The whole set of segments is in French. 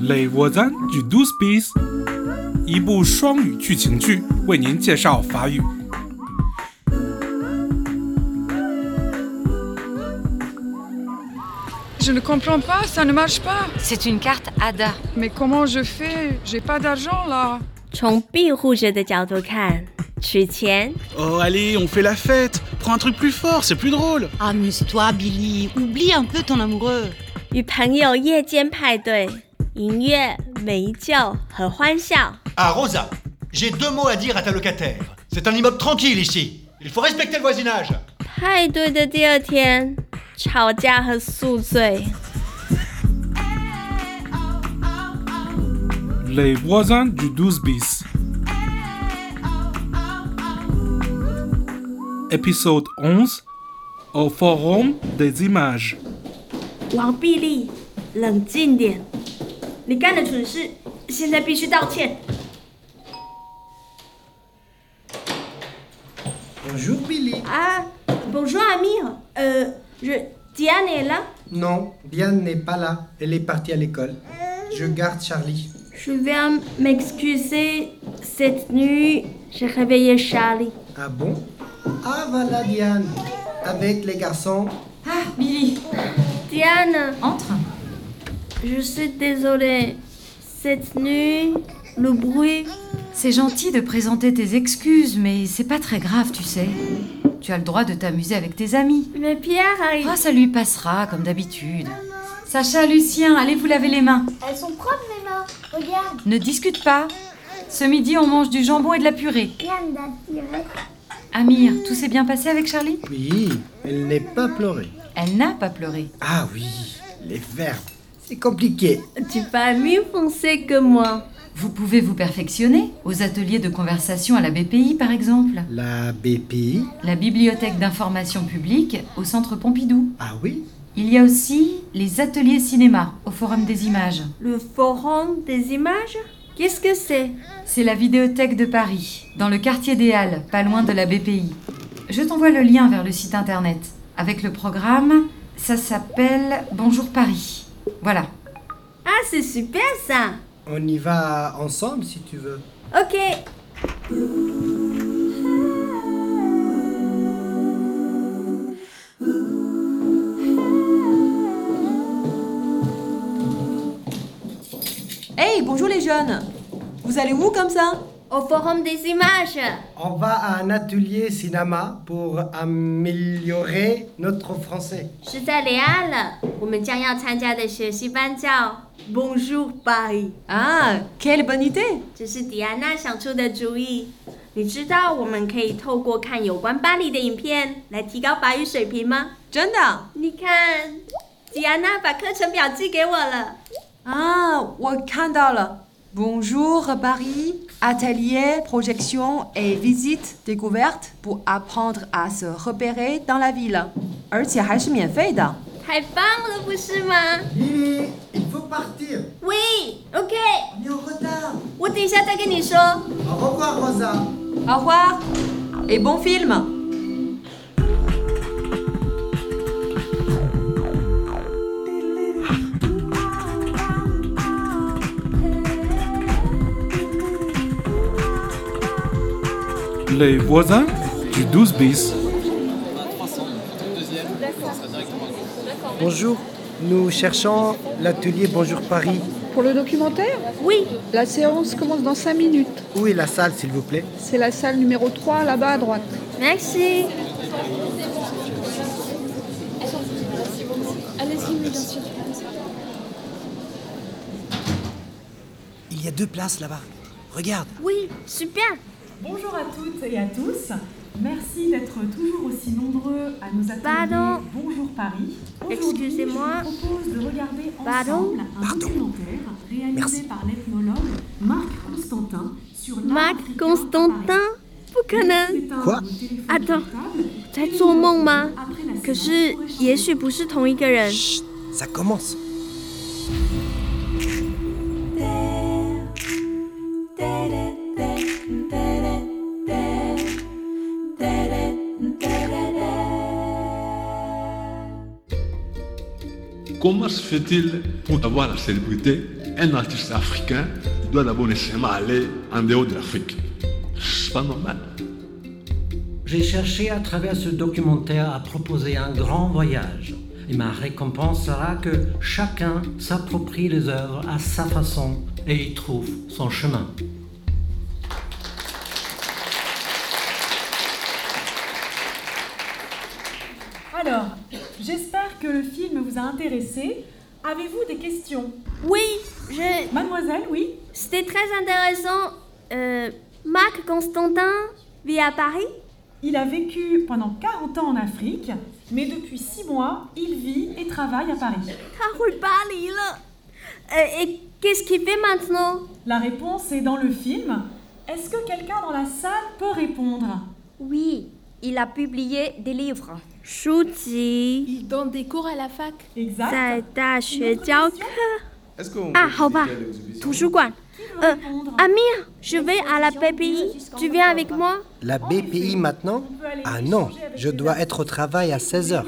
Les voisins du d o s p i s 一部双语剧情剧，为您介绍法语。 Je ne comprends pas, ça ne marche pas. C'est une carte ADA. Mais comment je fais J'ai pas d'argent là. 从庇护者的角度看，取钱 Oh allez, on fait la fête Prends un truc plus fort, c'est plus drôle Amuse-toi, Billy. Oublie un peu ton amoureux. 与朋友夜间派对，营业、美酒和欢笑。 Ah, Rosa, j'ai deux mots à dire à ta locataire. C'est un immeuble tranquille ici. Il faut respecter le voisinage. 派对的第二天，吵架和宿醉。 Les voisins du d o s p i s Épisode 11 Au forum des images. 王碧丽，冷静点！你干的蠢事，现在必须道歉。 Bonjour Billy. Ah, bonjour ami. Euh, je Diane est là. Non, Diane n'est pas là. Elle est partie à l'école. Je garde Charlie. Je vais m'excuser cette nuit. J'ai réveillé Charlie. Ah bon Ah voilà Diane. Avec les garçons. Diane, Ah, Entre. je suis désolée. Cette nuit, le bruit. C'est gentil de présenter tes excuses, mais c'est pas très grave, tu sais. Tu as le droit de t'amuser avec tes amis. Mais Pierre arrive. Ah, ça lui passera, comme d'habitude. Sacha, Lucien, allez vous laver les mains. Elles sont propres, mes mains. Regarde, Ne discute pas. Ce midi, on mange du jambon et de la purée. Yann d'attirer. Amir, tout s'est bien passé avec Charlie Oui, elle n'est pas pleurée. Elle n'a pas pleuré. Ah oui, les verbes. C'est compliqué. Tu vas mieux penser que moi. Vous pouvez vous perfectionner aux ateliers de conversation à la BPI, par exemple. La BPI. La bibliothèque d'information publique au centre Pompidou. Ah oui Il y a aussi les ateliers cinéma au Forum des images. Le forum des images Qu'est-ce que c'est C'est la vidéothèque de Paris, dans le quartier des Halles, pas loin de la BPI. Je t'envoie le lien vers le site internet. Avec le programme, ça s'appelle Bonjour Paris. Voilà. Ah, c'est super ça. On y va ensemble si tu veux. Ok. Hey, bonjour les jeunes Vous allez où comme ça Au forum des images. On va à un atelier cinéma pour améliorer notre français. 是在雷安了，我们将要参加的学习班叫 Bonjour Paris。 Ah, quelle bonne idée 这是迪安娜想出的主意。你知道我们可以透过看有关巴黎的影片来提高法语水平吗？真的你看，迪安娜把课程表寄给我了。 Ah, 我看到了 Bonjour Paris, atelier, projection et visite découverte pour apprendre à se repérer dans la ville. 而且还是免费的。太棒了，不是吗 Billy, il faut partir. ？Oui，OK，、 On est en retard. 我等一下再跟你说。 Au revoir Rosa. Au revoir et bon film Les voisins du 12 bis. Bonjour, nous cherchons l'atelier Bonjour Paris. Pour le documentaire Oui， La séance commence dans 5 minutes. Où est la salle, s'il vous plaît C'est la salle numéro 3 là-bas à droite. merci。 Il y a deux places là-bas. Regarde. Oui，super。 Bonjour à toutes et à tous. Merci d'être toujours aussi nombreux à nous attendre. Pardon. Bonjour Paris. Aujourd'hui, Excusez-moi. Je vous propose de regarder ensemble Pardon. un documentaire réalisé par l'ethnologue Marc Constantin sur l'art Marc africain à Paris. Constantin，不可能。 C'est un Quoi de nos téléphones Attends. portables. 在做梦吗？可是可是也许不是同一个人。 Chut, ça commence. Comment se fait-il pour avoir la célébrité un artiste africain doit d'abord nécessairement aller en dehors de l'Afrique. C'est pas normal. J'ai cherché à travers ce documentaire à proposer un grand voyage. Et ma récompense sera que chacun s'approprie les œuvres à sa façon et y trouve son chemin. Alors, j'espère que le film vous a intéressé. Avez-vous des questions Oui, je... Mademoiselle, oui C'était très intéressant. Euh, Marc Constantin vit à Paris Il a vécu pendant 40 ans en Afrique, mais depuis 6 mois, il vit et travaille à Paris. Ah, oui, Paris, là Euh, Et qu'est-ce qu'il fait maintenant La réponse est dans le film. Est-ce que quelqu'un dans la salle peut répondre Oui, il a publié des livres. Shouji. Il donne des cours à la fac. Exact. 在大学教课 Est-ce qu'on Ah, peut au revoir. visiter l'exhibition Euh, Amir, je vais à la BPI. Tu viens avec moi La Oh, BPI maintenant Ah non, je dois être au travail à 16h.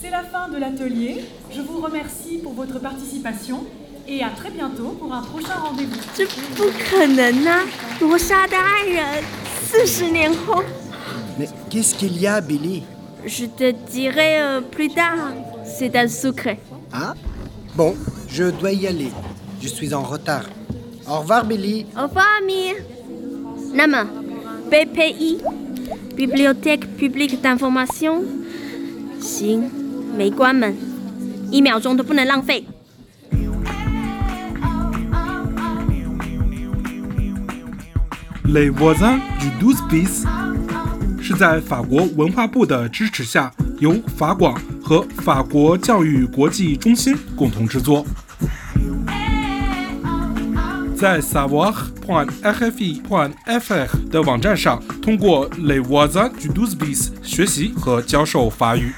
C'est la fin de l'atelier. Je vous remercie pour votre participation et à très bientôt pour un prochain rendez-vous. 不可能啊！罗莎的爱人，四十年后。 Mais qu'est-ce qu'il y a, Billy Je te dirai euh, plus tard. C'est un secret. Ah Bon, je dois y aller. Je suis en retard. Au revoir, Billy. Au revoir, Amir. Nama, BPI, Bibliothèque publique d'information. 行，没关门，一秒钟都不能浪费。 Les voisins du 12 bis 是在法国文化部的支持下，由法广和法国教育国际中心共同制作。在 savoir.rfi.fr 的网站上，通过 Les voisins du 12 bis 学习和教授法语。